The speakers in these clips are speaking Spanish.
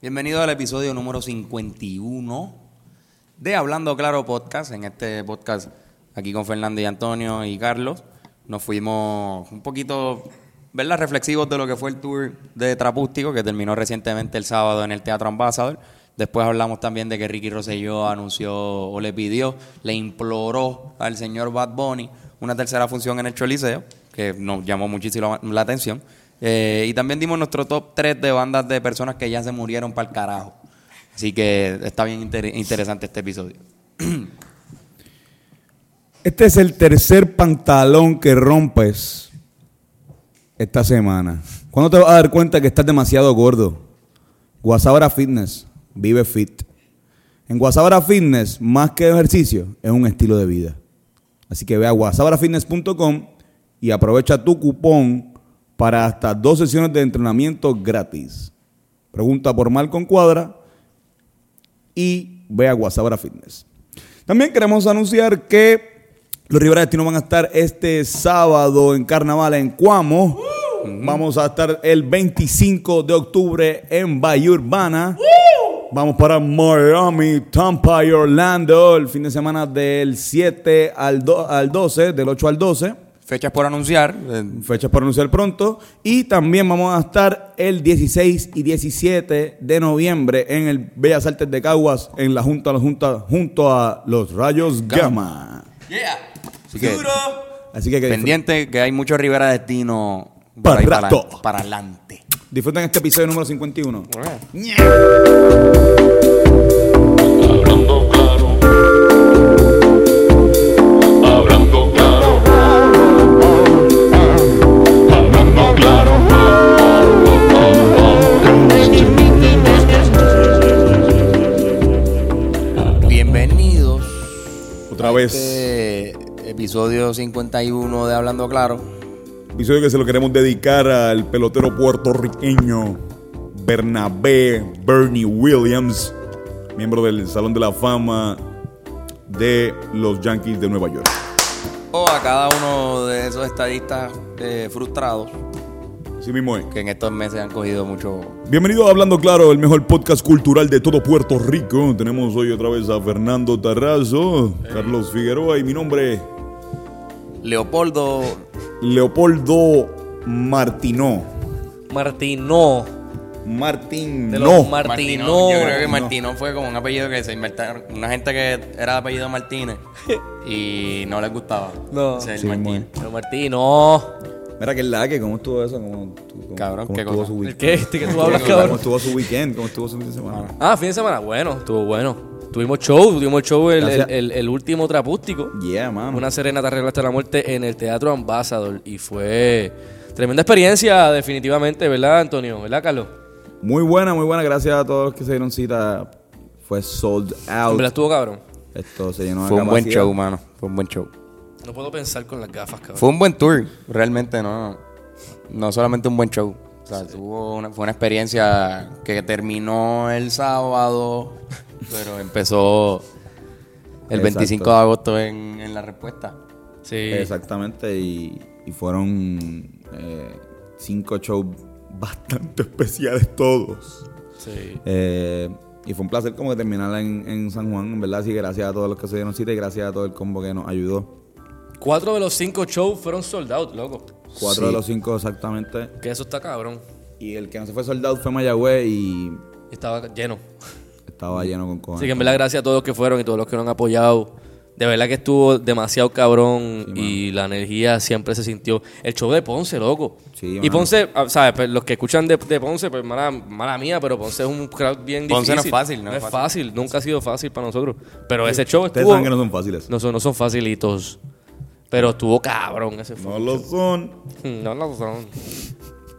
Bienvenido al episodio número 51 de Hablando Claro Podcast. En este podcast, aquí con Fernando y Antonio y Carlos, nos fuimos un poquito, ¿verdad? Reflexivos de lo que fue el tour de Trapústico, que terminó recientemente el sábado en el Teatro Ambassador. Después hablamos también de que Ricky Rosselló anunció o le pidió, le imploró al señor Bad Bunny una tercera función en el Choliseo, que nos llamó muchísimo la atención. Eh, y también dimos nuestro top 3 de bandas de personas que ya se murieron para el carajo. Así que está bien inter- interesante este episodio. Este es el tercer pantalón que rompes esta semana. ¿Cuándo te vas a dar cuenta que estás demasiado gordo? Guasabara Fitness, vive fit. En Guasabara Fitness, más que ejercicio, es un estilo de vida. Así que ve a guasabarafitness.com y aprovecha tu cupón para hasta dos sesiones de entrenamiento gratis. Pregunta por Malcon Cuadra y ve a Guasabara Fitness. También queremos anunciar que los Rivera Destino van a estar este sábado en Carnaval en Cuamo. Vamos a estar el 25 de octubre en Bahía Urbana. Vamos para Miami, Tampa y Orlando el fin de semana del 7 al, do- al 12, del 8 al 12. Fechas por anunciar. eh, Fechas para anunciar pronto. Y también vamos a estar el 16 y 17 de noviembre en el Bellas Artes de Caguas, en la Junta, la Junta, junto a los Rayos Gamma. así que, Así que, que disfr- pendiente que hay mucho Rivera Destino por Para ahí para, rato. para adelante. disfruten este episodio número 51. Hablando claro. Hablando claro. Hablando claro. Bienvenidos. Otra a vez. este episodio 51 de Hablando Claro. Episodio que se lo queremos dedicar al pelotero puertorriqueño Bernabé Bernie Williams, miembro del Salón de la Fama de los Yankees de Nueva York. O a cada uno de esos estadistas eh, frustrados Sí mismo es. que en estos meses han cogido mucho. Bienvenido a Hablando Claro, el mejor podcast cultural de todo Puerto Rico. Tenemos hoy otra vez a Fernando Tarrazo, Carlos Figueroa y mi nombre es Leopoldo Leopoldo Martinó. Martino. Martín, De no. los Mar- Martino. Yo creo que No. Martino fue como un apellido que se inventaron. Una gente que era de apellido Martínez y no les gustaba. No. Ser Sí, Martín. muy- Pero Martino. Mira que la que, ¿cómo estuvo eso? ¿Cómo, tú- cómo- Cabrón, cómo ¿qué estuvo cosa? su ¿El weekend? qué? ¿De qué tú hablas, ¿Cómo cabrón? estuvo su weekend? ¿Cómo estuvo su fin de semana? Ah, fin de semana. Bueno, estuvo bueno. Tuvimos show, tuvimos show el, Gracias. el, el- el último trapústico. Yeah, mano. Una serenata arregla hasta la muerte en el Teatro Ambassador. Y fue tremenda experiencia, definitivamente, ¿verdad, Antonio? ¿Verdad, Carlos? Muy buena, muy buena. Gracias a todos los que se dieron cita. Fue sold out. ¿Verdad estuvo, cabrón? Esto se llenó a Fue un buen capacidad. show, mano. Fue un buen show. No puedo pensar con las gafas, cabrón. Fue un buen tour, realmente, no. No solamente un buen show. O sea, tuvo una- fue una experiencia que terminó el sábado, pero empezó el Exacto. 25 de agosto en, en la respuesta. sí. Exactamente. Y, y fueron eh, cinco shows bastante especiales todos. sí. Eh, y fue un placer como que terminar en, en San Juan, en verdad. Así que gracias a todos los que se dieron cita y gracias a todo el combo que nos ayudó. Cuatro de los cinco shows fueron sold out, loco. Cuatro de los cinco exactamente. Que eso está cabrón. Y el que no se fue soldado fue Mayagüez y Estaba lleno. estaba lleno con cojones. Así que en verdad gracias a todos los que fueron y todos los que nos han apoyado. De verdad que estuvo demasiado cabrón y la energía siempre se sintió. El show de Ponce, loco. Sí, y mano. Ponce, ah, ¿sabes? Pues los que escuchan de, de Ponce, pues mala, mala mía, pero Ponce es un crowd bien Ponce difícil. no es fácil, ¿no? es Es fácil. nunca ha sido fácil para nosotros. Pero ese show Ustedes estuvo... saben que no son fáciles. no, son, no son facilitos. Pero estuvo cabrón ese No fue. lo son. No, no son.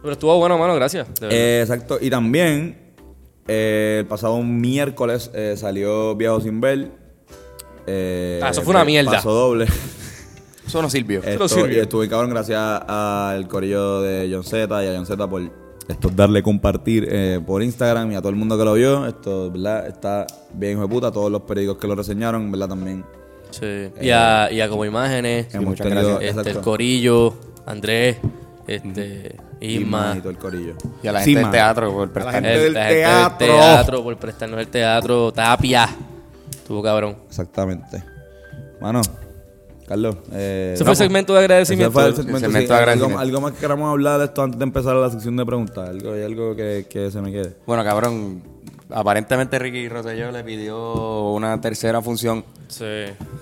Pero estuvo bueno, mano, gracias. de verdad. Eh, exacto. Y también, eh, el pasado miércoles eh, salió Viejo Sin Ver. Eh, Ah, eso fue una mierda. Paso doble. Eso no sirvió. no Esto- sirvió. y estuve cabrón gracias al corillo de John Z y a John Z por esto darle compartir eh, por Instagram y a todo el mundo que lo vio. Esto, ¿verdad? Está bien hijo de puta. Todos los periódicos que lo reseñaron, ¿verdad? También. Sí. Y, a, y a como imágenes. hemos muchas tenido- gracias. Este, el exacto. Corillo, Andrés, este, Y Isma, manito el corillo. Y a la Sí, gente man. del teatro por la prestar. gente- del la gente teatro. por prestarnos el teatro, Tapia. Estuvo cabrón. Exactamente. Mano, Carlos. Eh, Ese fue el vamos. segmento de agradecimiento. Ese fue el El segmento, segmento sí. de algo, agradecimiento. algo más que queramos hablar de esto antes de empezar la sección de preguntas. Algo, hay algo que, que se me quede. Bueno, cabrón, aparentemente Ricky Rosselló le pidió una tercera función Sí.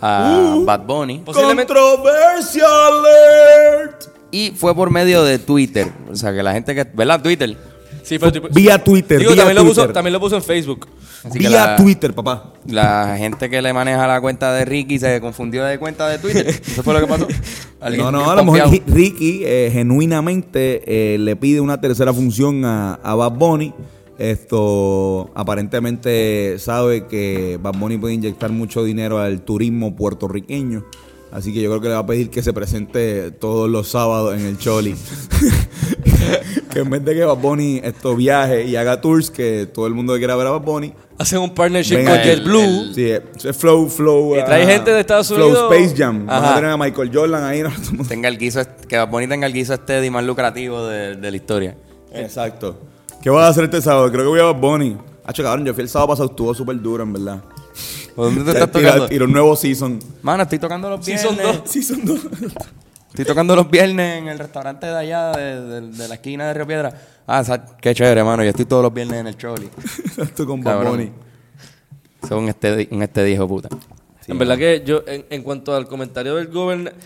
a Uh-huh. Bad Bunny. Posiblemente- Controversia alert. Y fue por medio de Twitter. O sea, que la gente que... ¿Verdad? Twitter. Sí, fue tipo- Vía Twitter, Digo, vía también, Lo puso, Twitter. también lo puso en Facebook. Así que Vía la- Twitter, papá. La gente que le maneja la cuenta de Ricky se confundió de cuenta de Twitter. Eso fue lo que pasó. Alguien No, no, a lo mejor confiado. Ricky eh, genuinamente eh, le pide una tercera función a, a Bad Bunny. Esto aparentemente sabe que Bad Bunny puede inyectar mucho dinero al turismo puertorriqueño. Así que yo creo que le va a pedir que se presente todos los sábados en el Choli. que en vez de que Bad Bunny esto viaje y haga tours, que todo el mundo que quiera ver a Bad Bunny. Hacen un partnership venga con el- JetBlue. Sí, eso es Flow, Flow. Y trae ah, gente de Estados Unidos. Flow Space Jam. Vamos Ajá. a tener a Michael Jordan ahí. ¿no? Todo el mundo- Tenga el guiso, que Bad Bunny tenga el guiso este y más lucrativo de, de la historia. Exacto. ¿Qué vas a hacer este sábado? Creo que voy a Bad Bunny. Ah, cabrón, yo fui el sábado pasado, estuvo súper duro, en verdad. ¿Por dónde te Ya estás tira- tocando? Tiró un nuevo season. Mano, estoy tocando los Sí, viernes. son dos. Sí, son dos. Estoy tocando los viernes en el restaurante de allá, de, de- de la esquina de Río Piedra. Ah, sa- qué chévere, mano. Yo estoy todos los viernes en el Choli. Exacto, con Bad Bunny. Cabrón. Son este, un este hijo de puta. en verdad que yo, en, en cuanto al comentario del gobernador,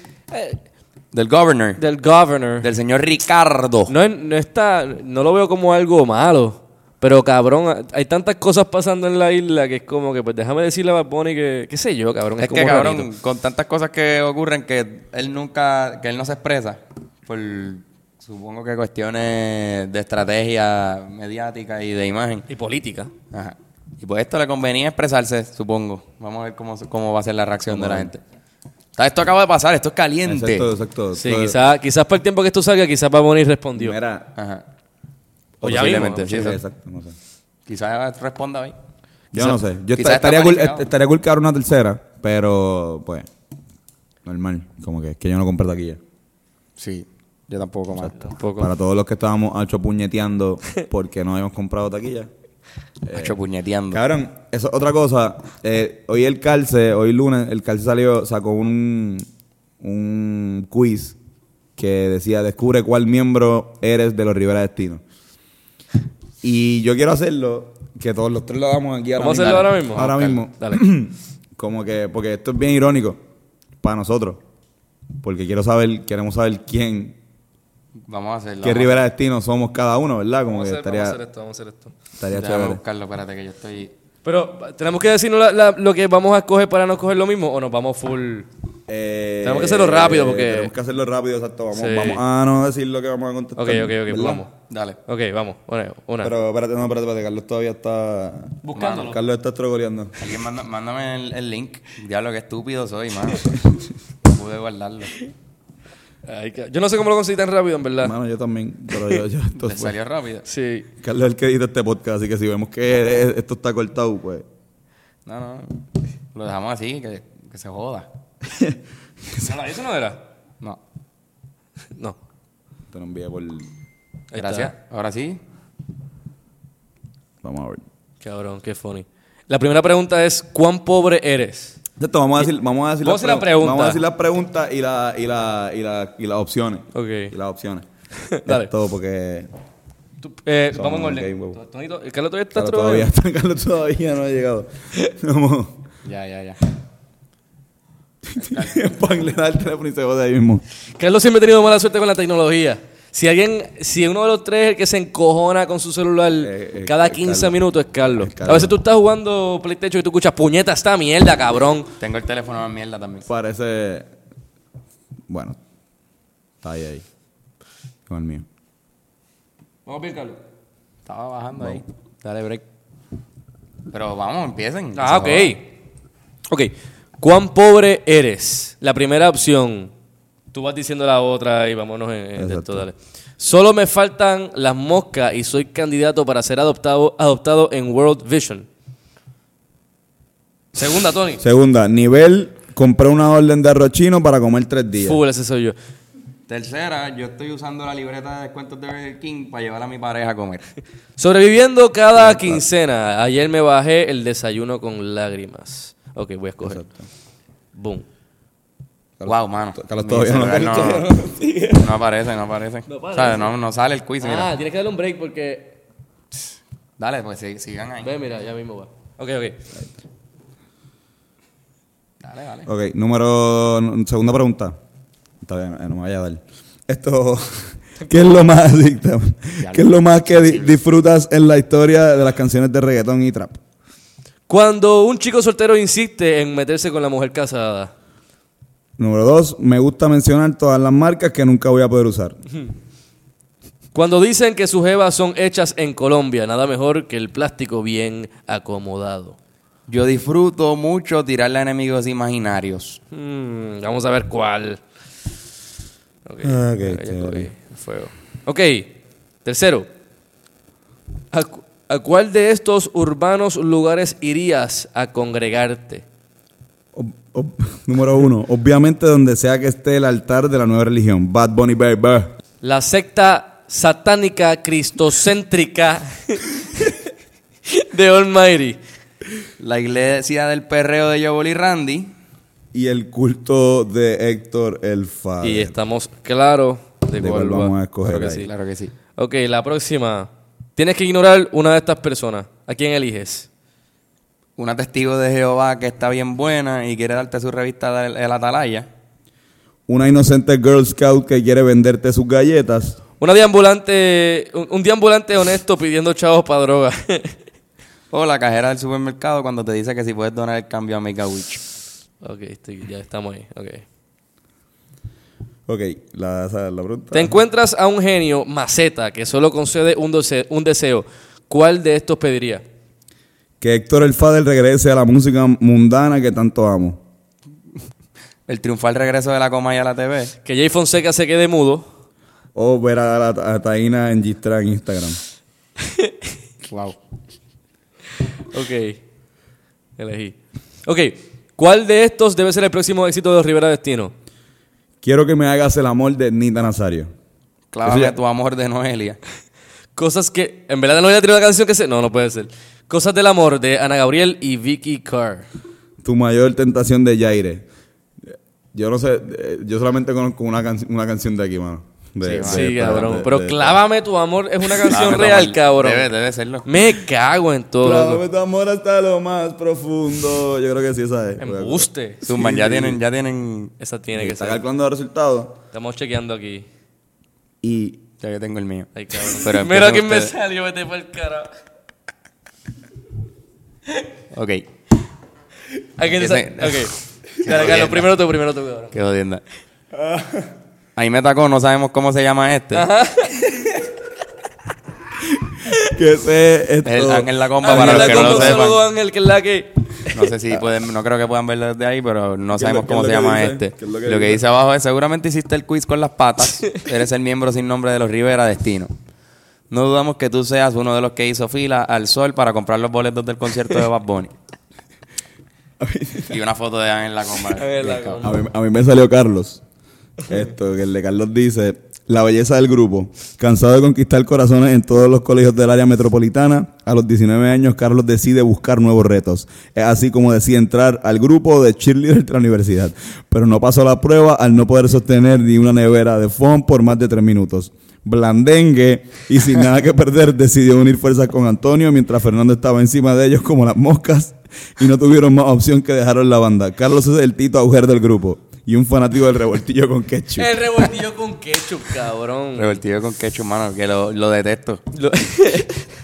Del governor. del governor, del señor Ricardo. no, es- no está, no lo veo como algo malo. Pero cabrón, hay tantas cosas pasando en la isla que es como que, pues déjame decirle a Bad Bunny que, qué sé yo, cabrón. Es, es como que, cabrón, rarito. con tantas cosas que ocurren que él nunca, que él no se expresa por, supongo que cuestiones de estrategia mediática y de imagen. Y política. Ajá. Y pues esto le convenía expresarse, supongo. Vamos a ver cómo, cómo va a ser la reacción de la gente. Está- Esto acaba de pasar, esto es caliente. Exacto, exacto. Sí, Todo- quizás quizás para el tiempo que esto salga, quizás Bad Bunny respondió. Mira. Ajá. O ya Posiblemente, mismo, sí, sí, exacto. exacto, no sé. Quizás responda hoy. Yo no sé. Yo quizás está esta- estaría, cool, planificado. est- estaría cool que ahora una tercera, pero pues. Normal. Como que es que yo no compré taquilla. Sí, yo tampoco, más. Tampoco. Para todos los que estábamos hacho puñeteando porque no habíamos comprado taquilla. Hacho puñeteando. Eh, Cabrón, eso es otra cosa. Eh, hoy el calce, hoy lunes, el calce salió, sacó un, un quiz que decía, descubre cuál miembro eres de los Rivera Destino. Y yo quiero hacerlo, que todos los tres lo hagamos aquí ¿Vamos a ahora hacerlo ahora mismo? Ahora Dale, mismo. Dale. Como que, porque esto es bien irónico para nosotros. Porque quiero saber, queremos saber quién, Vamos a hacerlo. qué vamos a- Rivera Destino somos cada uno, ¿verdad? Como Vamos que a hacer- vamos a hacer estaría, esto, vamos a hacer esto. estaría Déjame chévere. buscarlo, espérate que yo estoy... Pero, ¿tenemos que decirnos la- la- lo que vamos a escoger para no coger lo mismo o nos vamos full? Eh, Tenemos que hacerlo rápido, porque- Tenemos que hacerlo rápido, exacto. Vamos, Sí. vamos a no decir lo que vamos a contestar. Ok, ok, ok, ¿verdad? vamos. Dale. Ok, vamos. Una, una. Pero espérate, no, espérate, espérate. Carlos todavía está. Buscándolo. Carlos está estrogoleando. Alguien manda- mándame el, el link. Diablo, qué estúpido soy, mano. No pude guardarlo. Ay, que- yo no sé cómo lo conseguí tan rápido, en verdad. Mano, yo también. Pero yo, yo, esto Te fue- salió rápido. Sí. Carlos es el que edita este podcast, así que si vemos que eh, esto está cortado, pues. No, no. Lo dejamos así, que, que se joda. No, ¿Eso no era? No. No. Te lo envía por. Ahí Gracias. está. Ahora sí. Vamos a ver. Cabrón, qué funny. La primera pregunta es, ¿cuán pobre eres? Exacto, vamos a decir, vamos a decir, Vamos a las hacer la pregu- pregunta. Vamos a decir las preguntas y, la, y, la, y, la, y las opciones. Ok. Y las opciones. Dale. Es todo porque. Tú- eh, Son vamos en Game Boy. orden. Tonito, ¿el Carlos todavía está Carlos todavía? todavía, Carlos todavía no ha llegado. Vamos. Ya, ya, ya. Pan le da el teléfono y se va de ahí mismo. Carlos siempre ha tenido mala suerte con la tecnología. Si alguien, si uno de los tres es el que se encojona con su celular Eh, eh, cada es 15 Carlos. minutos es Carlos. Es A Carlos. veces tú estás jugando PlayStation y tú escuchas, puñeta esta mierda, cabrón. Tengo el teléfono más mierda también. Parece. Bueno. Está ahí, ahí. Con el mío. Vamos bien, Carlos. Estaba bajando ahí. Dale break. Pero vamos, empiecen. que Ah, se joda. ok. Ok. ¿Cuán pobre eres? La primera opción. Tú vas diciendo la otra y vámonos en, en Exacto. esto, dale. Solo me faltan las moscas y soy candidato para ser adoptado, adoptado en World Vision. Segunda, Tony. Segunda, nivel. Compré una orden de arroz chino para comer tres días. Full, ese soy yo. Tercera, yo estoy usando la libreta de descuentos de Burger King para llevar a mi pareja a comer. Sobreviviendo cada quincena. Ayer me bajé el desayuno con lágrimas. Ok, voy a escoger. Exacto. Boom. wow, mano. Carlos Mi todavía no lo celular ha no, visto. no aparece, no aparece. No No aparece. ¿Sabes? No, no sale el quiz, mira. Ah, tienes que darle un break porque. Dale, pues sig- sigan ahí. Ve, mira, ya mismo va. Ok, ok. Dale, dale. Ok, número. n- Segunda pregunta. Está bien, eh, no me vaya a dar. Esto. ¿Qué es lo más adicta? ¿Qué es lo más que di- disfrutas en la historia de las canciones de reggaetón y trap? Cuando un chico soltero insiste en meterse con la mujer casada. Número dos, me gusta mencionar todas las marcas que nunca voy a poder usar. Cuando dicen que sus jevas son hechas en Colombia, nada mejor que el plástico bien acomodado. Yo disfruto mucho tirarle a enemigos imaginarios. Mm, vamos a ver cuál. Ok, Ah, ok, ya chévere. cogí fuego. Ok, tercero. ¿A, cu- a cuál de estos urbanos lugares irías a congregarte? Ob- ob- número uno, obviamente donde sea que esté el altar de la nueva religión. Bad Bunny Baby. La secta satánica cristocéntrica de Almighty. La iglesia del perreo de Yobol y Randy. Y el culto de Héctor el Father. Y estamos claros de, Ah, De cuál cuál vamos va. a escoger Claro que ahí. sí. Claro que sí. Ok, la próxima. Tienes que ignorar una de estas personas. ¿A quién eliges? Una testigo de Jehová que está bien buena y quiere darte su revista del- El Atalaya. Una inocente Girl Scout que quiere venderte sus galletas. Una deambulante, un, un deambulante honesto pidiendo chavos para droga. O la cajera del supermercado cuando te dice que si puedes donar el cambio a Make a Witch. ok, estoy- ya estamos ahí. ok. Ok, la, esa es la pregunta. Te encuentras a un genio maceta que solo concede un, doce- un deseo. ¿Cuál de estos pediría? Que Héctor el Father regrese a la música mundana que tanto amo. El triunfal regreso de la coma y a la TV. Que Jay Fonseca se quede mudo. O ver a, la, a Taina en Gistra en Instagram. Wow. Ok. Elegí. Ok. ¿Cuál de estos debe ser el próximo éxito de los Rivera Destino? Quiero que me hagas el amor de Nita Nazario. Claro Eso ya- tu amor de Noelia. Cosas que. En verdad no voy a tirar una canción que se. No, no puede ser. Cosas del amor de Ana Gabriel y Vicky Carr. Tu mayor tentación de Jaire. Yo no sé, eh, yo solamente conozco una, canc- una canción de aquí, mano. De- Sí, de- Sí, de- cabrón. de- Pero de- Clávame tu amor es una canción Clávame tu real, amor. cabrón. Debe- debe serlo. Me cago en todo. Clávame loco. pues, tu amor hasta lo más profundo. Yo creo que sí, esa es. Embuste. Zumban, ya tienen, ya tienen. Esa tiene que Está ser. calculando los resultados. Estamos chequeando aquí. Y Ya yo tengo el mío. Ay, cabrón. Pero Mira empiecen quién me ustedes. salió, vete por el carajo. Ok. ¿A quién te Ese- salió? Ok. Dale, Carlos, primero tú, primero tú, cabrón. Qué jodienda. Ahí me tacó, no sabemos cómo se llama este. que sé esto. El Ángel La Comba, Ángel Ah, para los la que no lo Comba, un saludo, sepan. Ángel, que es la que. No sé si pueden, no creo que puedan verlo desde ahí, pero no ¿Qué es sabemos lo- cómo qué se es lo que llama dice? este. ¿Qué es lo lo que que, dice? dice abajo es, seguramente hiciste el quiz con las patas. Eres el miembro sin nombre de los Rivera Destino. No dudamos que tú seas uno de los que hizo fila al sol para comprar los boletos del concierto de Bad Bunny. y una foto de Ángel La Comba. Ángel La Comba. A mí, a mí me salió Carlos. Esto, que el de Carlos dice, la belleza del grupo, cansado de conquistar corazones en todos los colegios del área metropolitana, a los 19 años Carlos decide buscar nuevos retos. Es así como decide entrar al grupo de cheerleader de la universidad, pero no pasó la prueba al no poder sostener ni una nevera de foam por más de tres minutos. Blandengue y sin nada que perder decidió unir fuerzas con Antonio mientras Fernando estaba encima de ellos como las moscas y no tuvieron más opción que dejaron la banda. Carlos es el tito agujero del grupo y un fanático del revoltillo con ketchup. El revoltillo con ketchup, cabrón. Revoltillo con ketchup, mano, que lo, lo detesto. Lo-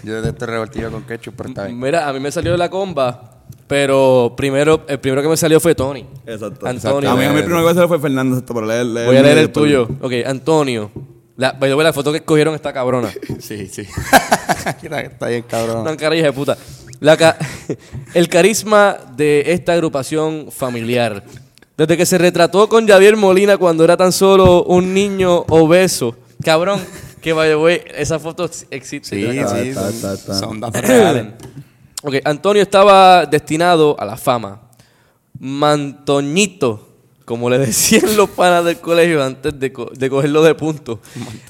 Yo detesto el revoltillo con ketchup, pero está bien. Mira, a mí me salió la comba, pero primero, el primero que me salió fue Tony. Exacto. Antonio. A mí, a Eh, mí el primero que me salió fue Fernando. exacto, pero lee- lee- Voy a leer lee el tuyo. Ok, Antonio. La, by the way, la foto que escogieron está cabrona. Sí, sí. está bien, cabrón. Una carilla de puta. La ca- el carisma de esta agrupación familiar. Desde que se retrató con Javier Molina cuando era tan solo un niño obeso. Cabrón, que by the way, esa foto existe. Sí, Está, sí, está, son, está, está. son datos reales. Ok, Antonio estaba destinado a la fama. Mantoñito como le decían los panas del colegio antes de, co- de cogerlo de punto.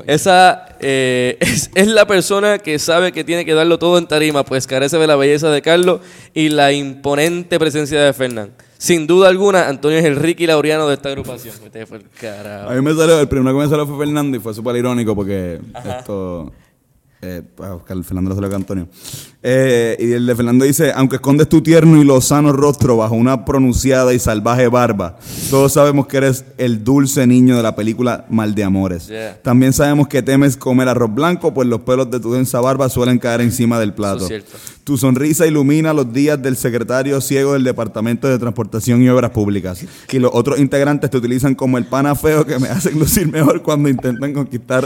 Esa eh, es, es la persona que sabe que tiene que darlo todo en tarima, pues carece de la belleza de Carlos y la imponente presencia de Fernán. Sin duda alguna, Antonio es el Ricky Laureano de esta agrupación. Este fue el carajo. A mí me salió, el primero que me salió fue Fernando y fue súper irónico porque esto. Eh, a Oscar Fernando lo salió que Antonio. Eh, y el de Fernando dice: Aunque escondes tu tierno y lozano rostro bajo una pronunciada y salvaje barba, todos sabemos que eres el dulce niño de la película Mal de Amores. Yeah. También sabemos que temes comer arroz blanco, pues los pelos de tu densa barba suelen caer encima del plato. Eso es cierto. Tu sonrisa ilumina los días del secretario ciego del Departamento de Transportación y Obras Públicas. Y los otros integrantes te utilizan como el pana feo que me hacen lucir mejor cuando intentan conquistar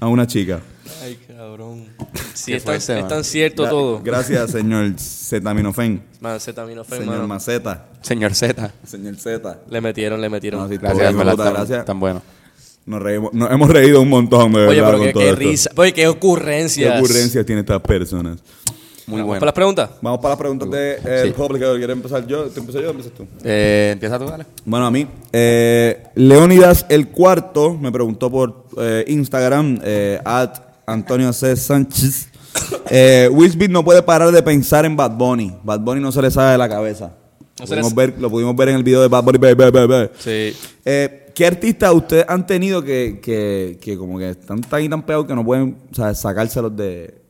a una chica. Ay, cabrón. Sí, ¿Qué es fue tan, ese, es man? tan cierto Gra- todo. Gracias, señor Zetaminofen. Man, ese también no fue, Señor mano. Maceta. Señor Z. Señor Z. Le metieron, le metieron. No, sí, Gracias, Todo me la bien, puta, tan- gracias. Tan bueno. Nos, reímos- nos hemos reído un montón de Oye, verdad pero Eh, con qué, todo qué esto. risa. Oye, qué ¿Qué ocurrencias. ocurrencias tienen estas personas? Muy ¿Vamos bueno. para las preguntas? Vamos para las preguntas del Sí. público. ¿Quieres empezar yo? ¿Te empiezo yo o empiezas tú? Eh, Empieza tú, dale. Bueno, a mí. eh, Leónidas el cuarto me preguntó por eh, Instagram, eh, at Antonio C. Sánchez. Eh, Will Smith no puede parar de pensar en Bad Bunny. Bad Bunny no se le sale de la cabeza. No Lo se le pudimos, sa- ver, lo pudimos ver en el video de Bad Bunny. Baby, baby, baby. Sí. Eh, ¿Qué artistas ustedes han tenido que, que, que como que están tan y tan pegados que no pueden o sea, sacárselos de,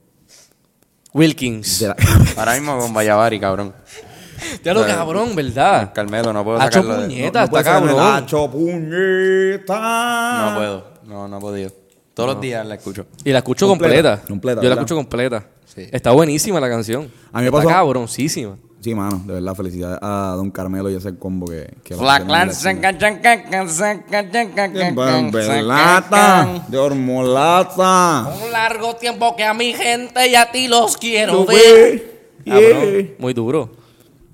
Wilkins. de la... Ahora mismo con Vallavari, cabrón. Ya lo cabrón, ¿verdad? Carmelo, no puedo Hacho sacarlo de- puñeta, puede está ser en el cabrón. hacho, puñeta. No puedo. No, no he podido. Todos los días la escucho. Y la escucho Completa, completa. completa, Yo la ¿verdad? escucho completa. Sí. Está buenísima la canción. A mí me está pasó- cabroncísima. Sí, mano, de verdad, felicidades a Don Carmelo y ese combo que. que La lo pusieron en la esquina. Belata, de hormolata. Un largo tiempo que a mi gente y a ti los quiero Tú, Eh. ver. güey. Cabrón, Ah, Muy duro.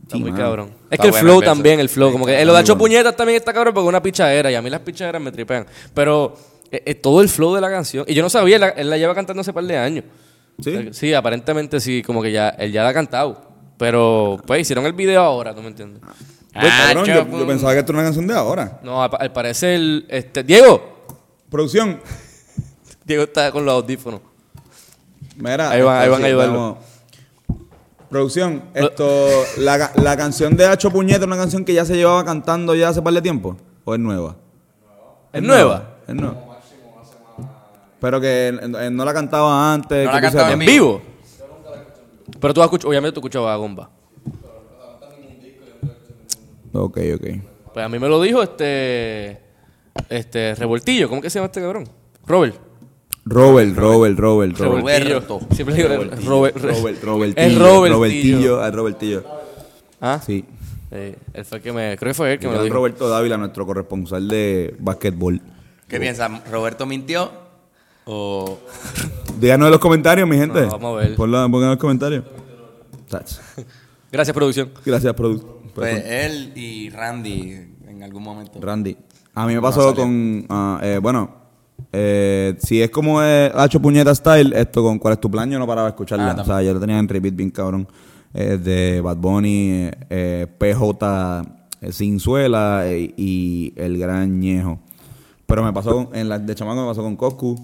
Está Sí, muy mano. cabrón. Es Está que el buena flow el verso. también, el flow. Como que eh, lo de muy Hacho bueno. Puñetas también está cabrón porque es una pichadera. Y a mí las pichaderas me tripean. Pero eh, eh, todo el flow de la canción. Y yo no sabía, la- él la lleva cantando hace par de años. Sí. Eh, Sí, aparentemente sí, como que ya, él ya la ha cantado. Pero, pues, hicieron el video ahora, ¿tú me entiendes? Güey, Pues, cabrón, yo- yo, chapun. pensaba que esto era una canción de ahora. No, al, pa- al parecer, este, Diego. Producción. Diego está con los audífonos. Mira, Ahí van- ahí van a sí, ayudarlo. estamos. Producción, esto, la, ca- la canción de Hacho Puñeta es una canción que ya se llevaba cantando ya hace par de tiempo. ¿O es nueva? ¿Es nueva? Es nueva. Pero que eh, no la cantaba antes. No que la tú cantaba sepas. en ¿En vivo? Pero tú has escuchado, obviamente tú escuchabas a Gomba. Ok, ok. Pues a mí me lo dijo este. Este, Revoltillo, ¿cómo que se llama este cabrón? Robert. Robert, Robert, Robert, Robert. Revoltillo. Roberto. Siempre digo Robert. Robert, Robertillo. Es Robertillo. Robertillo, ah, Robertillo. Ah, sí. Sí. él fue el que me. Creo que fue él que me lo Gran dijo. Roberto Dávila, nuestro corresponsal de basquetbol. ¿Qué piensas? ¿Roberto mintió? ¿O Díganos en los comentarios, mi gente. No, vamos a ver. Ponla- pongan en los comentarios. Sach. Gracias, producción. Gracias, produ. pues, él y Randy en algún momento? Randy. A mí me pasó con. ah, eh, bueno, eh, si es como eh, Hacho Puñeta Style, esto con ¿Cuál es tu plan? Yo no paraba de escucharla. Ah, o sea, yo lo tenía en repeat bien cabrón. eh, de Bad Bunny, eh, eh, PJ Cinzuela eh, y El Gran Ñejo. Pero me pasó con- en la de Chamaco me pasó con Coscu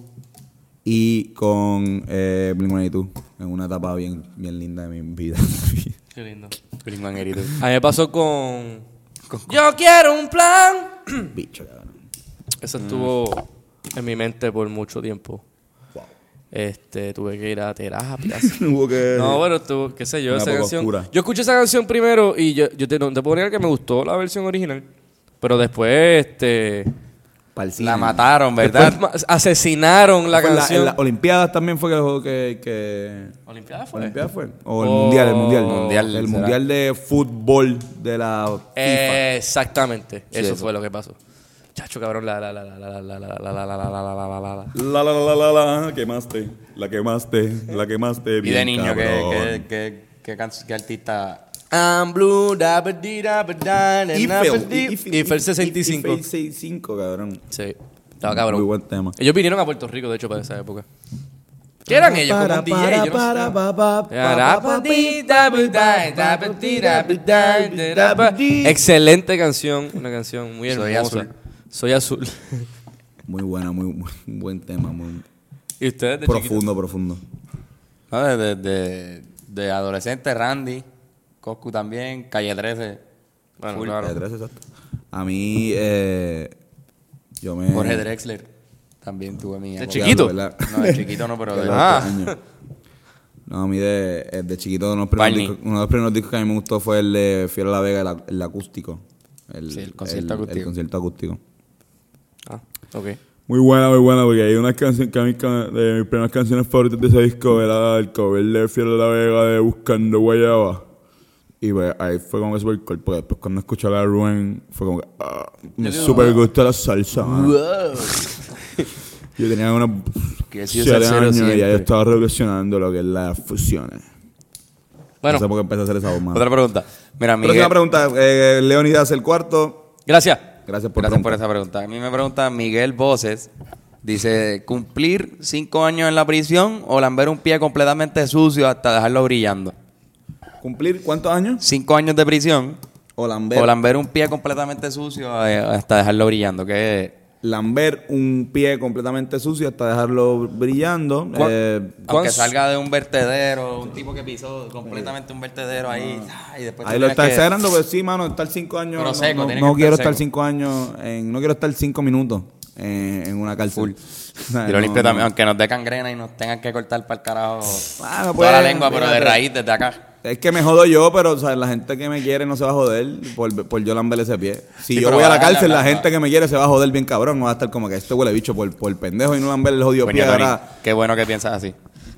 y con eh, Blink-182 en una etapa bien, bien linda de mi vida. Qué lindo. Bringuanguerito. A mí me pasó con. Yo quiero un plan. Bicho, cabrón. Eso estuvo en mi mente por mucho tiempo. Este, tuve que ir a terapia. Hubo que- No, bueno, tú, qué sé yo, Eh, Una esa poco canción. oscura. Yo escuché esa canción primero y yo, yo te, no, te puedo negar que me gustó la versión original. Pero después, este. Pa'l cine. La mataron, ¿verdad? después ma- asesinaron la Fue en la- canción. en las Olimpiadas también fue que. que, que ¿Olimpiada fue? ¿Olimpiadas fue? O el Oh. Mundial, el Mundial. Mundial, el será. Mundial de Fútbol de la FIFA. Eh, exactamente. eso, eso. fue lo que pasó. Chacho, cabrón, la la la la la la la la la la la la la la la la. La, la, la, la, la, la, quemaste, la quemaste, la quemaste. Y de bien, niño, cabrón. ¿qué, qué, qué, qué, can- qué artista? I'm blue, da ba di, da ba da, na, na, ba Eiffel, di. Eiffel, Eiffel Eiffel 65. 65, cabrón. Sí, estaba cabrón. Muy buen tema. Ellos vinieron a Puerto Rico, de hecho, para esa época. ¿Qué eran ellos? Como un DJ, yo no sé. Excelente canción, una canción muy Soy hermosa. azul. Soy azul. Muy buena, muy, muy- un buen tema, muy ¿Y ustedes de chiquitos? profundo, profundo. No, de, de, de- de adolescente, Randy, Coscu también, Calle 13. Bueno, full. claro. De tres, Eh, exacto. A mí, eh, yo me... Jorge Drexler. También tuve mi. época. chiquito? ¿verdad? No, de chiquito no, pero de. Ah. años. No, a mí de, eh, de chiquito uno de, los primeros Barney. discos, uno de los primeros discos que a mí me gustó fue el de Fiel a la Vega, el, ac- el acústico. Sí, el concierto acústico. El concierto acústico. Ah, ok. Muy buena, muy buena, porque hay una canción que a mí, ca- de mis primeras canciones favoritas de ese disco era el cover de Fiel a la Vega de Buscando Guayaba. Y pues ahí fue como que súper cool, porque después cuando escuché la de Rubén fue como que ah, me súper gusta la salsa, mano. Yo tenía unos Que he sido siete salsero años y ya siempre. yo estaba revolucionando lo que es las fusiones. Bueno, No sé por qué empecé a hacer esa voz, mano. Otra pregunta. Mira, Próxima Miguel. pregunta. Eh, Leonidas, el cuarto. gracias. Gracias por Gracias por preguntar. esa pregunta. A mí me pregunta Miguel Voces. Dice, ¿cumplir cinco años en la prisión o lamber un pie completamente sucio hasta dejarlo brillando? ¿Cumplir cuántos años? Cinco años de prisión O lamber. o lamber un pie completamente sucio eh, hasta dejarlo brillando. Que Lamber un pie completamente sucio hasta dejarlo brillando. ¿Cuán- Eh, aunque ¿Cuán- salga de un vertedero, un tipo que pisó completamente un vertedero ahí. ah, y después tú ahí lo tienes está que- exagerando, pero sí, mano, estar cinco años. Pero no- seco, no tiene no que estar quiero seco. estar cinco años, en, no quiero estar cinco minutos en, en una cárcel. O sea, Y lo no, limpio también, no. aunque nos dé cangrena y nos tengan que cortar para el carajo Ah, no toda la puede, lengua, pero de mírate. raíz desde acá. Es que me jodo yo, pero o sea, la gente que me quiere no se va a joder por, por yo lamberle ese pie. Sí, Si yo pero voy a la bájale, cárcel, la bájale. gente que me quiere se va a joder bien cabrón. No va a estar como que este huele bicho por, por pendejo y no lamberle el jodido Coño, pie. Tony, Ahora, qué bueno que piensas así.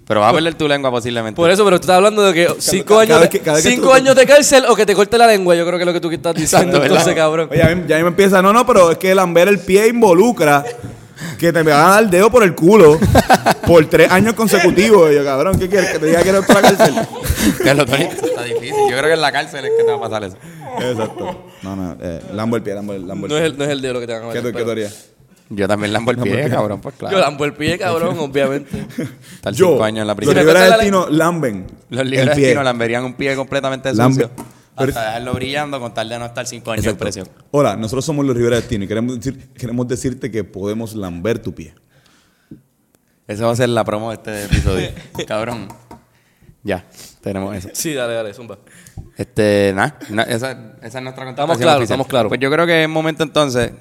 Pero vas a perder tu lengua posiblemente. Por eso, pero tú estás hablando de que cinco cada años, vez de- que- cada vez que cinco tú- años de cárcel o que te corte la lengua. Yo creo que es lo que tú estás diciendo, Exacto, ¿verdad? entonces, cabrón. Oye, a mí- ya ahí me empieza, no, no, pero es que lamber el pie involucra que te me van a dar el dedo por el culo por tres años consecutivos. Y yo, cabrón, ¿qué quieres? Que te diga que eres para la cárcel. Carlos, Tony, esto está difícil. Yo creo que en la cárcel es que te va a pasar eso. Exacto. No, no, eh, lambo el pie, lambo el, lambo el no, es pie. el, no es el dedo lo que te van a ¿Qué, meter, tú- qué pero- tú harías? Yo también lambo el pie, cabrón, pues Yo claro. lampo el pie, cabrón, obviamente. Estar cinco años en la los prisión. Mira, liberales corta la- destinos lamben Los el libres pie. de lamberían un pie completamente Lambe- sucio. Hasta dejarlo brillando con tal de no estar cinco años en Exacto. prisión. Hola, nosotros somos los Rivera Destino y queremos, decir, queremos decirte que podemos lamber tu pie. Esa va a ser la promo de este episodio. cabrón. Ya, tenemos eso. Sí, dale, dale, zumba. Este, nada, na- esa, esa es nuestra contestación. Estamos claros, oficial. estamos claros. Pues yo creo que es momento entonces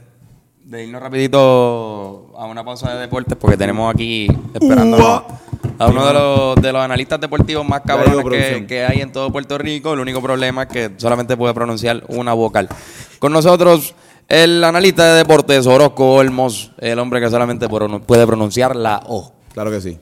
de irnos rapidito a una pausa de deportes porque tenemos aquí esperando a uno de los, de los analistas deportivos más cabrones llegó que, producción. que hay en todo Puerto Rico. El único problema es que solamente puede pronunciar una vocal. Con nosotros el analista de deportes Orozco Olmos, el hombre que solamente pronu- puede pronunciar la O. Claro que sí.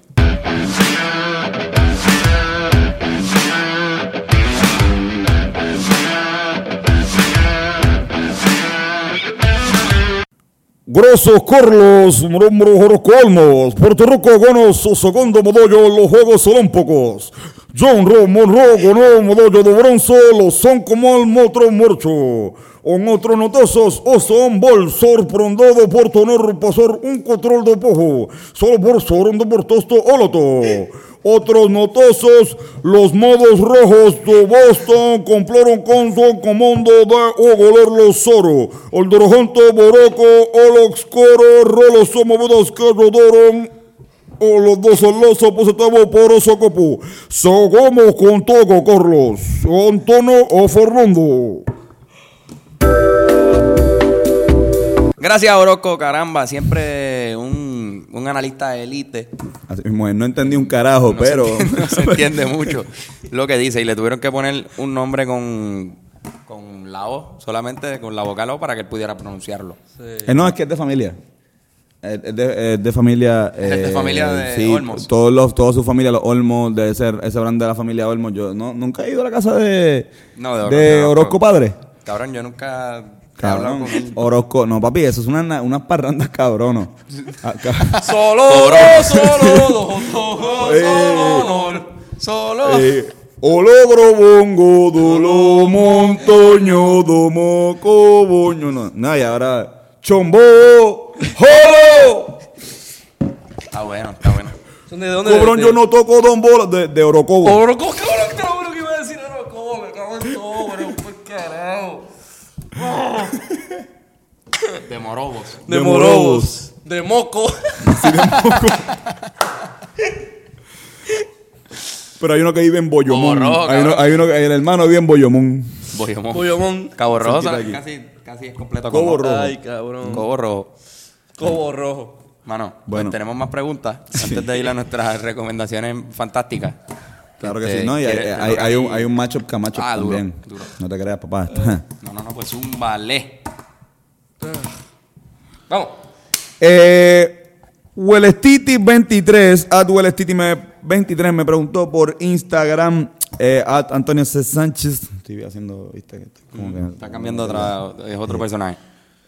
Grosso Corlos, Mrombro Jorocolmos, Puerto Rico Gonos, Segundo Modoyo, los Juegos Olímpicos. John Ro, Monro, Gonó, Modoyo de Bronzo, los son como el Motro Morcho. On otro notosos, Oson Bol, sorprendido por tener pasar un control de pojo, solo por sorprendo por tosto oloto. Otros notosos, los modos rojos de Boston compraron con su comando de Ogolor los Zoro. El Dorojonto Boroco, Olox Coro, Rolos Somovidos que rodaron. O los dos los opositamos por Osocopu. Sogomos con Togo, Carlos. Antonio o Fernando. Gracias Orozco, caramba, siempre un, un analista de élite. Así mismo es, no entendí un carajo, No se pero. entiende- no se entiende mucho lo que dice. Y le tuvieron que poner un nombre con, con la O, solamente con la vocal O para que él pudiera pronunciarlo. Eh, no, es que es de familia. Es es de, es de familia. Es de eh, familia de sí, Olmos. Todos los, toda su familia, los Olmos, de ese, ese brand de la familia Olmos. Yo no, nunca he ido a la casa de, No, de de Orozco. Orozco, Padre. Cabrón, yo nunca he hablado Cabrón. con él. Orozco, no, papi, eso es una, unas parrandas cabrono. Ah, Acá- Solo, solo, do- do- solo, no, solo. Eh, Ologro bongo, dolo montoño, domo coboño. No, No, y ahora. ¡Chombo! ¡Jolo! Está Ah, bueno, está bueno. Son ¿De dónde? Cobrón, De- yo no toco don bola de, de Orocobo. Oroco, cabrón, te lo juro que iba a decir Oroco, me cago en todo, bro, por carajo. De morobos. De, De morobos. De moco. Pero hay uno que vive en Como Boyomón. Rojo, hay, uno, cabrón. hay uno que el hermano vive en Boyomón. Boyomón. Boyomón. Cabo Rojo. Cerquita ¿sabes? aquí. Casi, casi es completo. Cobo como- Rojo. Ay, cabrón. Cobo Rojo. Cobo rojo. Mano, pues Bueno. tenemos más preguntas antes de ir a nuestras recomendaciones fantásticas. Claro que Este, sí, ¿no? Y hay, ¿quieres- hay- hay un, hay un macho camacho Ah, duro, también. duro. No te creas, papá. No, no, no, pues un ballet. Vamos. Eh, Huelestiti23, at Huelestiti23 me preguntó por Instagram, eh, at Antonio C. Sánchez. Estoy haciendo, viste, que estoy como que- Está cambiando otra, es otro personaje.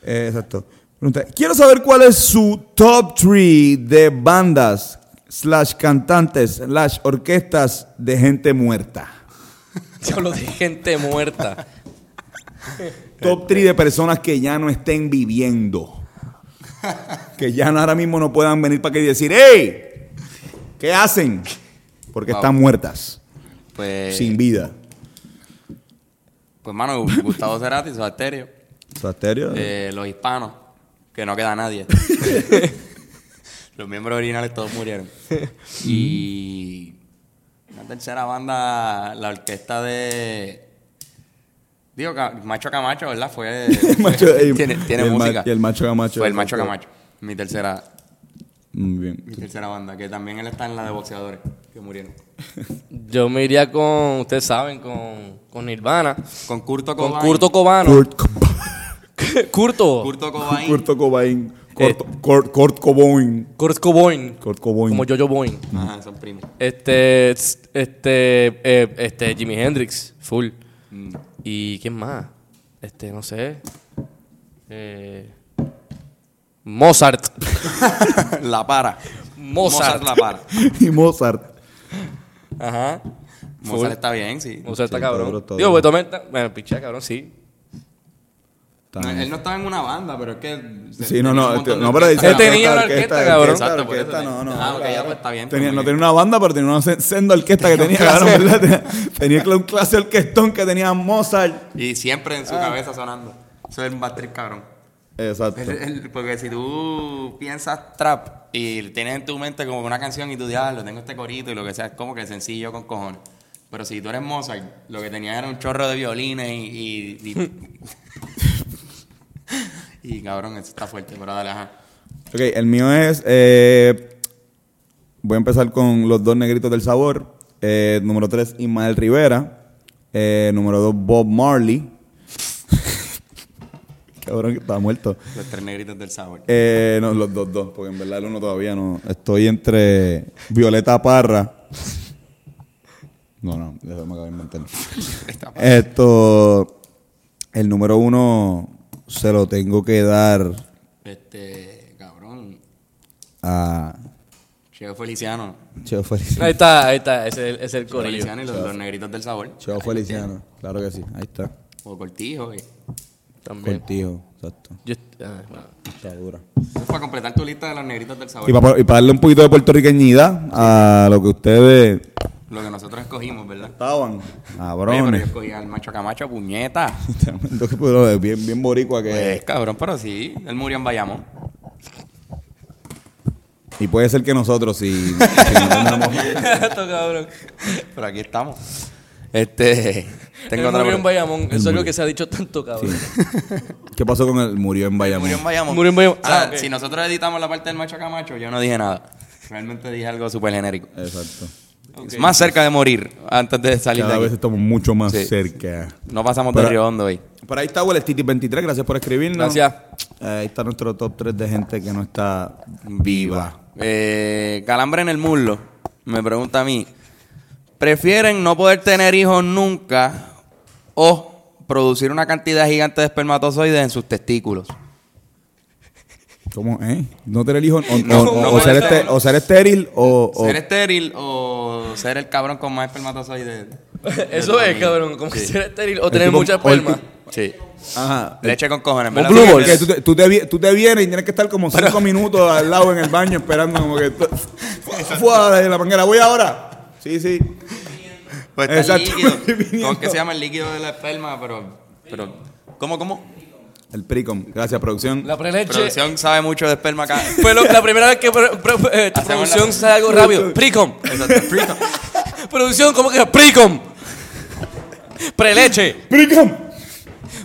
Eh, exacto. Pregunta, quiero saber cuál es su top 3 de bandas, slash cantantes, slash orquestas de gente muerta. Yo lo dije, gente muerta. Top 3 de personas que ya no estén viviendo. Que ya no- ahora mismo no puedan venir para que decir, ¡Ey! ¿Qué hacen? Porque están muertas, Pues, sin vida. pues mano, Gu- Gustavo Cerati, su arterio, ¿Saterio? eh, los hispanos, que no queda nadie. los miembros originales todos murieron. Y la tercera banda, la orquesta de... Digo, Ca- Macho Camacho, ¿verdad? Fue... ey, tiene tiene el ma- música. y el Macho Camacho. Fue el Macho exacto. Camacho. Mi tercera, Muy bien. mi tercera banda, que también él está en la de boxeadores, que murieron. Yo me iría con, ustedes saben, con, con Nirvana. Con Curto Con Cobain. Curto Cobano. Kurt, Cob- Curto. Curto Cobain. Kurt Cobain. Eh. Kurt, Kurt, Kurt Cobain. Kurt Cobain. Kurt Cobain. Como Jojo Boing. Ajá, son primos. Este, tss, este, eh, este, Jimi Hendrix, full. Mm. ¿Y quién más? Este, no sé. Eh, Mozart. la para. Mozart. la para. y Mozart. Ajá. Mozart está bien, sí. Mozart está Sí, todo cabrón. duro, todo Digo, pues duro. tomé, bueno, piché, cabrón, sí. No, él no estaba en una banda, pero es que. se- Sí, no, tenía un no, montón este- de no, pero orquestas. Él tenía una orquesta, cabrón. Exacto, por orquesta, eso no, tenía- no. Ah, ok, ya pues está bien. Tenía- pues, no muy bien. tenía una banda, pero tenía una sen- senda orquesta que tenía, claro, ¿verdad? Tenía- Tenía cl- un clase de orquestón que tenía Mozart. Y siempre en su Ah. cabeza sonando. Eso es un batriz cabrón. Exacto. El- el- porque si tú piensas trap y tienes en tu mente como una canción y tú dices, ah, lo tengo este corito y lo que sea, es como que sencillo con cojones. Pero si tú eres Mozart, lo que tenías era un chorro de violines y. Y, y, y, cabrón, eso está fuerte, pero dale, ajá. Ok, el mío es. eh, voy a empezar con los dos negritos del sabor. Eh, número 3, Ismael Rivera. Eh, número 2, Bob Marley. Cabrón, que estaba muerto. Los tres negritos del sabor. Eh, no, los dos, dos, porque en verdad el uno todavía no. Estoy entre Violeta Parra. No, no, ya me acabo de inventar. Esto, el número uno se lo tengo que dar Este, cabrón, a Cheo Feliciano. Cheo Feliciano. Ahí está, ahí está, ese es el, ese es el Cheo corillo. Feliciano y los, los negritos del sabor. Cheo Feliciano, claro que sí, ahí está. O Cortijo. Y... También. Contigo, exacto. Yo, ah, bueno. Está dura. Eso es para completar tu lista de los negritos del sabor. Y para, y para darle un poquito de puertorriqueñidad a lo que ustedes Lo que nosotros escogimos, ¿verdad? estaban. Oye, pero yo Cabrones. escogí al macho camacho, puñeta. Tremendo que- pero Bien, bien boricua que Pues, cabrón, pero sí, él murió en Bayamón. Y puede ser que nosotros, si, si no tenemos- Esto, cabrón. Pero aquí estamos. Este, Él tengo otra murió pregunta. en Bayamón. Eso es algo que se ha dicho tanto, cabrón. ¿Qué pasó con él? Murió en Bayamón. Murió en Bayamón. Murió en Bayamón. Ah, Ah, ok. si nosotros editamos la parte del macho camacho, yo no dije nada. Realmente dije algo súper genérico. Exacto. Es Más cerca de morir antes de salir Cada de vez aquí. estamos mucho más Sí. cerca. No pasamos Pero- de Río Hondo hoy. Por ahí está Titi 23 gracias por escribirnos. Gracias. Eh, ahí está nuestro top 3 de gente que no está Viva. Eh, calambre en el muslo. Me pregunta a mí. ¿Prefieren no poder tener hijos nunca o producir una cantidad gigante de espermatozoides en sus testículos? ¿Cómo? ¿Eh? ¿No tener hijo? O, No, o- no o puede ser. ser, este- o ser estéril o... o- ¿Ser estéril o ser el cabrón con más espermatozoides? Eso es, cabrón. Como que ser estéril o tener tipo- mucha o el esperma. ti- Sí. Ajá. Leche con cojones. Un ¿verdad? Blue Sí, Balls. Que tú te, tú te vi- tú te vienes y tienes que estar como cinco minutos al lado en el baño esperando como que... Fuera de la manguera. Voy ahora. Sí, sí. Pues está el Exacto, líquido. viviendo. ¿Cómo es que se llama el líquido de la esperma? Pero, pero ¿cómo, cómo? El Pricom. Gracias, producción. La preleche. Producción sabe mucho de esperma acá. Fue lo- la primera vez que pro- pro- eh, tu Hacemos producción la- sale algo rápido. Precom. Exacto. Freedom. Producción, ¿cómo que? Precom. Preleche. ¡Pricam!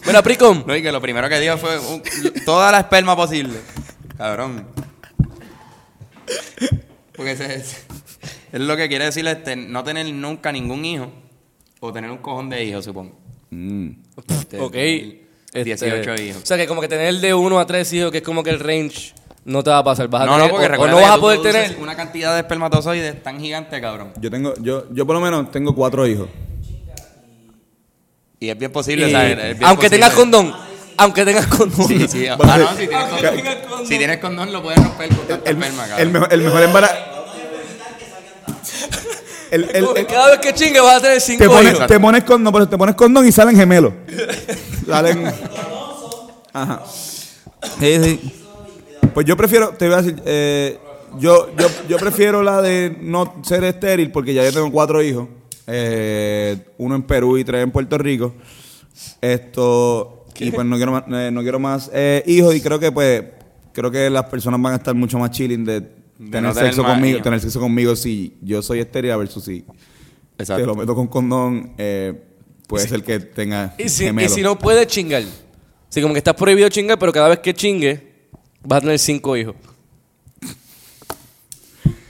Mira, Precom. No, y que lo primero que dijo fue un- toda la esperma posible. Cabrón. Porque se- se- es lo que quiere decir este, no tener nunca ningún hijo o tener un cojón de hijos, supongo. Este, Mm. Ok. tener este, 18 hijos. O sea, que como que tener de 1 a 3 hijos, que es como que el range no te va a pasar. Vas a no, no, tener- porque o- o, recuerda no que vas a tú poder produces tener. una cantidad de espermatozoides tan gigante, cabrón. Yo tengo, yo, yo por lo menos tengo cuatro hijos. Y es bien posible, Y- ¿sabes? Es bien eh, aunque tengas posible. condón. Aunque tengas condón. Sí, sí. Ah, no, si tienes condón. Si tienes condón, lo puedes romper con tanta El, esperma, el cabrón. mejor, el mejor embarazo... El, el- el- Cada vez que chingue vas a tener 5 te, hijos. pones, te pones condón, pero te pones condón y salen gemelos. salen. Ajá. Sí, sí. Pues yo prefiero, te voy a decir, eh, yo, yo, yo prefiero la de no ser estéril porque ya yo tengo cuatro hijos, eh, uno en Perú y tres en Puerto Rico. Esto y pues no quiero más, eh, no quiero más eh, hijos y creo que pues creo que las personas van a estar mucho más chilling de tener no tener sexo más conmigo, hijos. tener sexo conmigo si yo soy estéril a versus si te lo meto con condón, eh, puede ser que tenga Y si, y gemelo. si no puedes chingar. Así como que estás prohibido chingar, pero cada vez que chingue, vas a tener cinco hijos.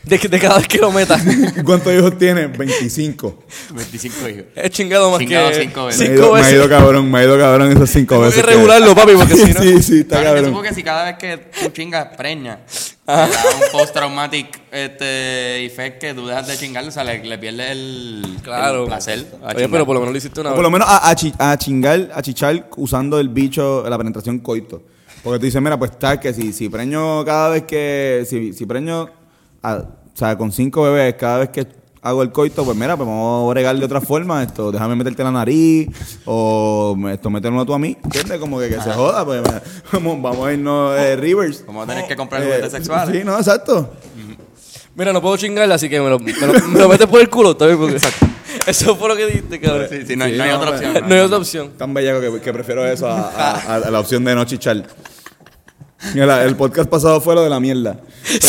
De, que- de cada vez que lo metas. ¿Cuántos hijos tiene? 25. 25 hijos. He chingado más Chingado que cinco veces. me, ha cinco ido, me ha veces. ido cabrón, me ha ido cabrón esas cinco Tengo que veces. regularlo, papi, porque si no- Sí, sí, está Claro, que cabrón. Ah. supongo que si cada vez que tú chingas preña, te da un post-traumatic este, effect que tú dejas de chingar, o sea, le, le pierdes el, Claro. el placer. a Oye, chingar. pero por lo menos lo hiciste una O vez. por lo menos a, a chi- a chingar, a chichar usando el bicho, la penetración coito. Porque tú dices, mira, pues está que si, si preño cada vez que, si, si preño, a- o sea, con cinco bebés, cada vez que hago el coito, pues mira, pues vamos a bregar de otra forma esto, déjame meterte la nariz, o esto, mételo tú a mí, ¿entiendes? Como que, que se joda, pues vamos, vamos a irnos eh, Rivers. Vamos a tener que comprar Eh, juguetes sexuales. Sí, no, exacto. Mira, no puedo chingar, así que me lo, me lo- me lo metes por el culo también. Porque Eso fue lo que dijiste, cabrón. Sí, sí, no, hay- Sí, no hay no, otra pero- opción. No hay otra opción. Tan bellaco que, que prefiero eso a, a- a- a la opción de no chichar. Mira, la- el podcast pasado fue lo de la mierda.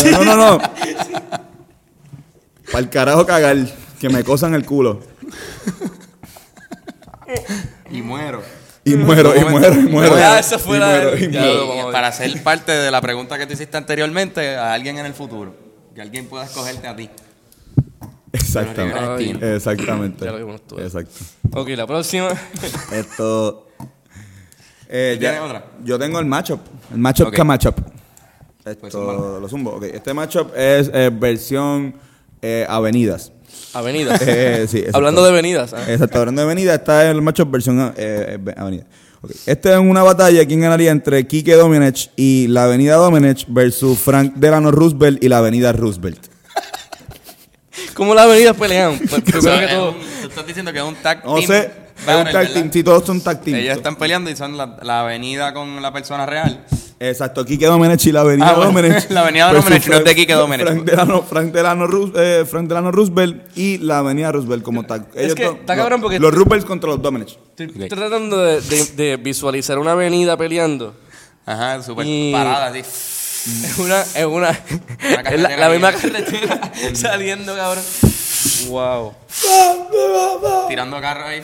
Pero No, no, no. Para el carajo cagar, que me cosan el culo. Y muero. Y muero, y muero, y muero. Ya, eso fue y la- muero, y ya. muero. lo vamos a ver. para ser parte de la pregunta que tú hiciste anteriormente, a alguien en el futuro. Que alguien pueda escogerte a ti. Ay. Exactamente. Exactamente. Ya lo vimos todo. Exacto. Ok, la próxima. Esto. eh, ¿Tú ya- tienes otra? Yo tengo el matchup. El matchup Ok. que matchup. Pues, Esto, zúmbalo. lo zumbo. Ok, Este matchup es eh, versión eh, avenidas. Avenidas. Eh, sí, exacto. Hablando de avenidas. ah. Exacto, hablando de avenida, está el matchup versión eh, eh, avenida. Ok, Esta es una batalla, ¿quién ganaría entre Kike Domenech y la avenida Domenech versus Frank Delano Roosevelt y la avenida Roosevelt? ¿Cómo las avenidas pelean? Pues, O sea, Primero que es todo. un- tú estás diciendo que es un tag team. No sé, es un battle, tag team, ¿verdad? sí, todos son tag team. Ellos están peleando y son la, la avenida con la persona real. Exacto, Quique Domenech y la avenida Ah, bueno, Domenech. la avenida versus Domenech no es de Frank- Quique Domenech. Frank Delano, Frank, Delano Roos- eh, Frank Delano Roosevelt y la avenida Roosevelt como tag. Ellos que to- está lo- cabrón porque- Los Roosevelt contra los Domenech. Estoy tratando de, de- de visualizar una avenida peleando. Ajá, súper Y- parada, así. Es una. Es una. es la, carretera la misma bien. carretera saliendo, cabrón. Wow. Tirando carros ahí.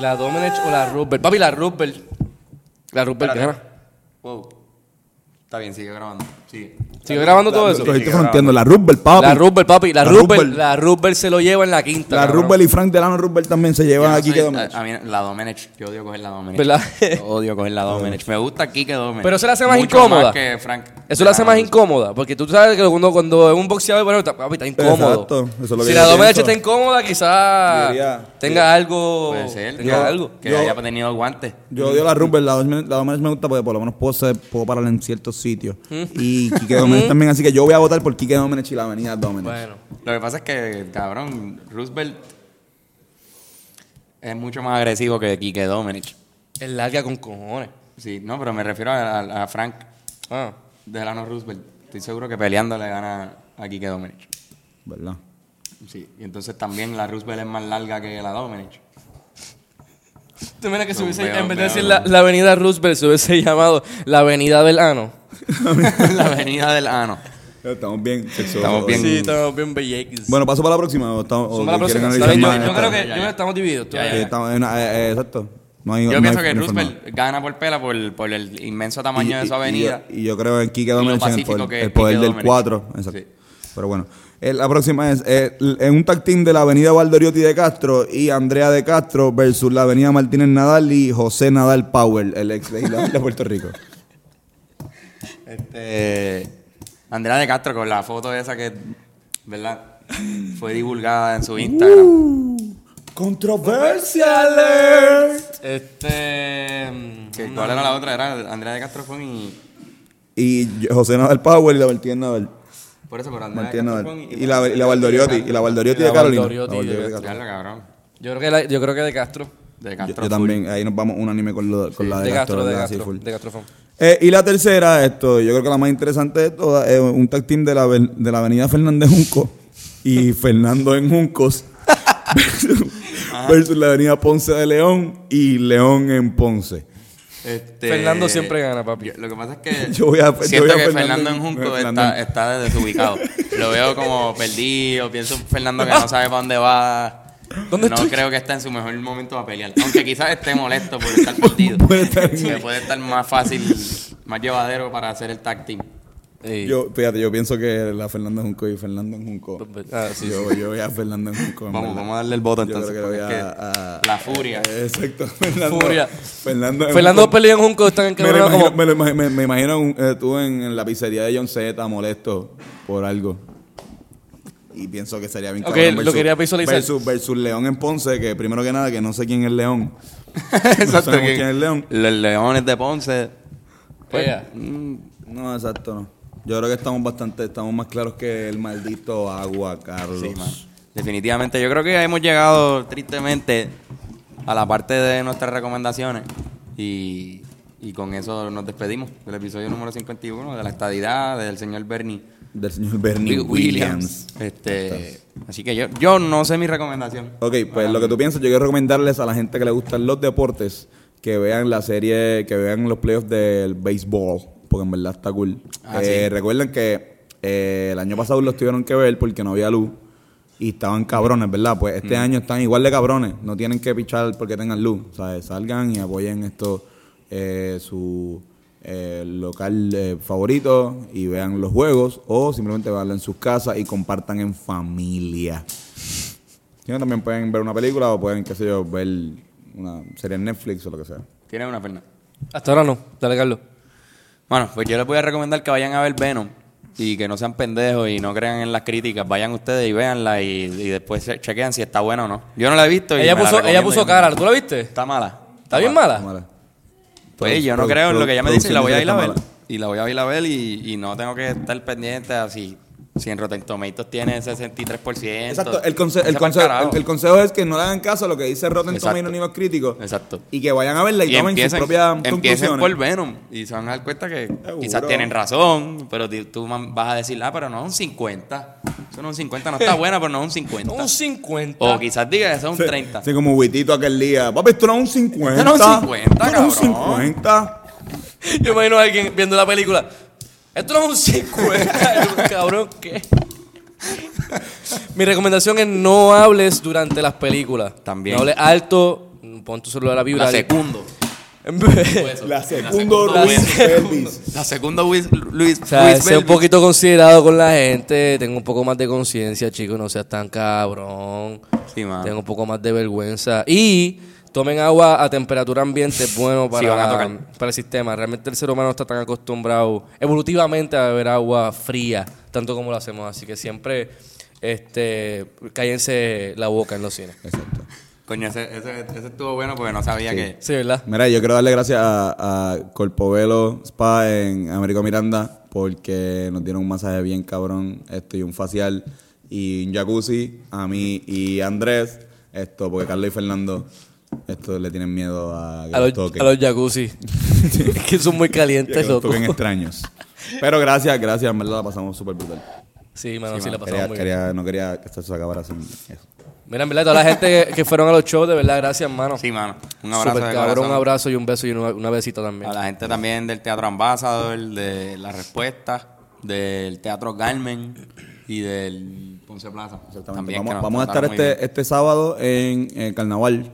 La Domenech o la Rupert. Papi, la Rupert. La Rupert Espérate. gana. Wow. Está bien, sigue grabando. Sigue. Sigue grabando todo Los- eso. Los estoy fronteando, la Roosevelt, papi. La Rupert, papi. La, La Rupert. Rupert. La Rupert se lo lleva en la quinta. La cabrón. Roosevelt y Frank Delano Roosevelt también se llevan Yo no aquí soy- Quique Domenech. a- a mí la Domenech, yo odio coger la Domenech. ¿Verdad? Yo odio coger la Domenech. Me gusta Kike Domenech. Pero eso la hace más Mucho incómoda. Más que Frank. Eso lo hace Ah, más incómoda, porque tú sabes que cuando, cuando es un boxeador, bueno, está, papi, está incómodo. Exacto, eso es lo que si yo la Domenech pienso. está incómoda, quizás Diría- tenga algo. Puede ser. Tenga yo- algo. Que Yo- haya tenido guantes. Yo odio la Rupert, la Domenech la Domenech me gusta porque por lo menos puedo, ser- puedo parar en ciertos sitios. ¿Mm? Y Quique Domenech también, así que yo voy a votar por Quique Domenech y la avenida Domenech. Bueno. Lo que pasa es que, cabrón, Roosevelt es mucho más agresivo que Kike Domenech. Es larga con cojones. Sí, no, pero me refiero a, a- a Frank Ah. Delano Roosevelt. Estoy seguro que peleando le gana a Kike Domenech. ¿Verdad? Sí, y entonces también la Roosevelt es más larga que la Domenech. ¿Tú miras que se No, hubiese, veo, en vez de veo, decir no. la, la avenida Roosevelt, se hubiese llamado la avenida del ano? la avenida del ah, ano. Estamos bien sexosos. Estamos bien. Sí, estamos bien belleques. Bueno, paso para la próxima. o estamos- o Zumba la quieren próxima. analizar Está bien, más yo, yo esta? creo que Ya, ya. yo creo que estamos divididos. Ya, Sí, todavía. estamos- eh, no, eh, eh, exacto. No hay- Yo no pienso hay- que no hay forma. Roosevelt gana por pela por, por el inmenso Y- tamaño y- de su y- avenida. Y, yo creo que Kike lo Domenech tiene el pacífico poder, que el es poder Quique del Domenech. 4. Exacto. Sí. Pero bueno. Eh, la próxima es eh, l- en un tag team de la avenida Valdoriotti de Castro y Andrea de Castro versus la avenida Martínez Nadal y José Nadal Powell, el ex legislador de Puerto Rico. Este, Andrea de Castro con la foto esa que, ¿verdad? Fue divulgada en su Instagram. Uh. Controversiales. Este. mm, Que, ¿Cuál era la otra? Era Andrea de Castro fue y... Y yo- José Nadal Powell y la Martínez Nadal. Por eso, por Andrea Martínez de Nadal. Ah, Castro fue Y la, y la Valdoriotti. Y la Valdoriotti Y la de Carolina. Valdoriotti La de Valdoriotti de Ya Carolina. lo cabrón. Yo creo que la- yo creo que de Castro. De Yo, Castro yo full. también, ahí nos vamos unánime con, lo- con la de, de Castro, de ¿verdad? Sí, Castro. full. de Castro Fon. Eh, y la tercera, esto, yo creo que la más interesante de todas, es un tag team de la, aven- de la avenida Fernández Junco y Fernando en Juncos versus, versus la avenida Ponce de León y León en Ponce. Este, Fernando siempre gana, papi. yo- lo que pasa es que Yo voy a- yo siento voy a que Fernando Fernando en- en Junco Fernando está, en- está desubicado. lo veo como perdido. Pienso en Fernando que no sabe para dónde va. ¿Dónde no estoy? creo que está en su mejor momento para pelear. Aunque quizás esté molesto por estar perdido. Puede estar- Que puede estar más fácil, más llevadero para hacer el tag team. Yo, fíjate, yo pienso que la Fernando en Junco y Fernando en Junco. Ah, sí, yo, yo voy a Fernando en Junco. en Vamos, verdad. vamos a darle el voto Yo creo entonces. que voy porque es que a- a- la furia. Exacto, Fernando. Furia. Fernando, en Fernando Junco. Pelé y Junco están Me, lo encabronados imagino- como. me lo imagi- me- me imagino un- eh, tú en, en la pizzería de John Z molesto por algo. Y pienso que sería bien Ok, cabrón lo quería visualizar. Versus, versus León en Ponce, que primero que nada, que no sé quién es León. Exacto. sabemos que quién es León. Los leones de Ponce. pues, Ella. No, exacto, no. Yo creo que estamos bastante, estamos más claros que el maldito agua, Carlos. Sí, mano. Definitivamente, yo creo que hemos llegado tristemente a la parte de nuestras recomendaciones y, y con eso nos despedimos del episodio número 51 de la estadidad del señor Bernie Del señor Bernie Williams. Williams. Este, así que yo, yo no sé mi recomendación. Ok, Ah. pues lo que tú piensas, yo quiero recomendarles a la gente que le gustan los deportes que vean la serie, que vean los playoffs del béisbol, porque en verdad está cool. Ah, Eh, Recuerden que eh, el año pasado los tuvieron que ver porque no había luz y estaban cabrones, ¿verdad? Pues este año están igual de cabrones, no tienen que pichar porque tengan luz, o sea, salgan y apoyen esto, eh, su eh, local eh, favorito y vean los juegos o simplemente veanlo en sus casas y compartan en familia. Si no, también pueden ver una película o pueden, qué sé yo, ver una serie en Netflix o lo que sea. Tiene una pena. Hasta ahora no. Dale, Carlos. Bueno, pues yo les voy a recomendar que vayan a ver Venom y que no sean pendejos y no crean en las críticas. Vayan ustedes y véanla y, y después che- chequean si está buena o no. Yo no la he visto. Y Ella me la puso, ella recomiendo puso y- cara. ¿Tú la viste? Está mala. ¿Está bien mala? Cámara. Pues yo no Produ- creo en lo que ella me dice y la voy a ir a producción ver. dice que está Y la voy a ir a ver y, y no tengo que estar pendiente así. Si en Rotten Tomatoes tiene 63%. Exacto, el, conse- el, Ese pa'l conse- carajo. el- el consejo es que no le hagan caso a lo que dice Rotten Exacto. Tomatoes ni los críticos Exacto. y que vayan a verla y, Y tomen sus empiecen, propias empiecen por conclusiones. Venom y se van a dar cuenta que quizás Seguro. tienen razón, pero ti- tú man- vas a decir, ah, pero no es un 50. Eso no es un 50, no está buena, pero no es un 50. Un 50. o quizás digas, eso es un 30. Sí, como Huitito aquel día. Papi, esto no es un 50. Esto no es un 50, Esto no es un cabrón. 50. Yo imagino a alguien viendo la película. Esto no es un 50. Cabrón, ¿qué? Mi recomendación es no hables durante las películas. También. No hables alto. Pon tu celular a La vibrar. segundo. En vez- La segundo La Luis segunda. Elvis. La segunda Luis, Luis, O sea, Luis sé un Belvis. poquito considerado con la gente. Tengo un poco más de conciencia, chicos. No seas tan cabrón. Sí, mano. Tengo un poco más de vergüenza. Y tomen agua a temperatura ambiente. Es bueno para, Sí, van a tocar. para el sistema. Realmente el ser humano no está tan acostumbrado evolutivamente a beber agua fría, tanto como lo hacemos. Así que siempre este, cállense la boca en los cines. Exacto. Coño, ese, ese, ese estuvo bueno porque no sabía que... Sí, ¿verdad? Mira, yo quiero darle gracias a, a Corpovelo Spa en Américo Miranda porque nos dieron un masaje bien cabrón, esto y un facial y un jacuzzi a mí y a Andrés, esto porque Carlos y Fernando Estos le tienen miedo a que A los los, toquen. a los jacuzzi. Es que son muy Y a que calientes, los loco. toquen extraños. Pero gracias, gracias. En verdad la pasamos súper brutal. Sí, mano, sí, Sí, la mano, pasamos quería- muy bien. quería- No quería que esto se acabara sin eso. Mira, en verdad, toda la gente que, que fueron a los shows, de verdad, gracias, mano. Sí, mano. Un abrazo Súper de cabrón, corazón. un abrazo y un beso y una, una besita también. A la gente también del Teatro Ambassador, de La Respuesta, del Teatro Carmen y del Ponce Plaza. Exactamente. También que vamos, nos vamos a estar trataron muy este, este sábado en, en Carnaval,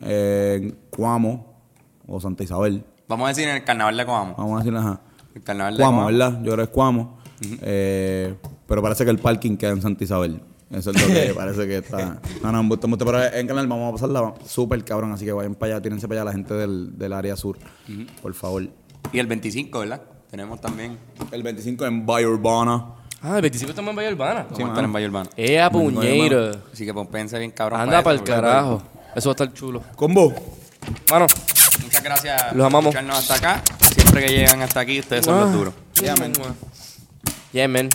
en Cuamo o Santa Isabel. bien. Vamos a decir en el Carnaval de Coamo. Vamos a decir, ajá. El Carnaval de Cuamo, Coamo. ¿verdad? Yo creo que es Cuamo. Eh, pero parece que el parking queda en Santa Isabel. Eso es lo que parece que está. No, no, embuste, embuste, pero en Canal vamos a pasarla súper cabrón. Así que vayan para allá, tírense para allá la gente del, del área sur, por favor. Y el 25, ¿verdad? Tenemos también. El 25 en Bay Urbana. Ah, el 25 estamos en Valle Urbana. Vamos a estar en Valle Urbano. Ea, Eh, puñeiro. Así que pompense bien cabrón. Anda para para el eso, carajo. Eso va a estar chulo. Combo. Mano, porque- Muchas gracias Los amamos. Ah. por escucharnos hasta acá. Siempre que llegan hasta aquí, ustedes son los duros. yeah, man.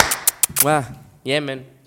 Wow. Yeah, man.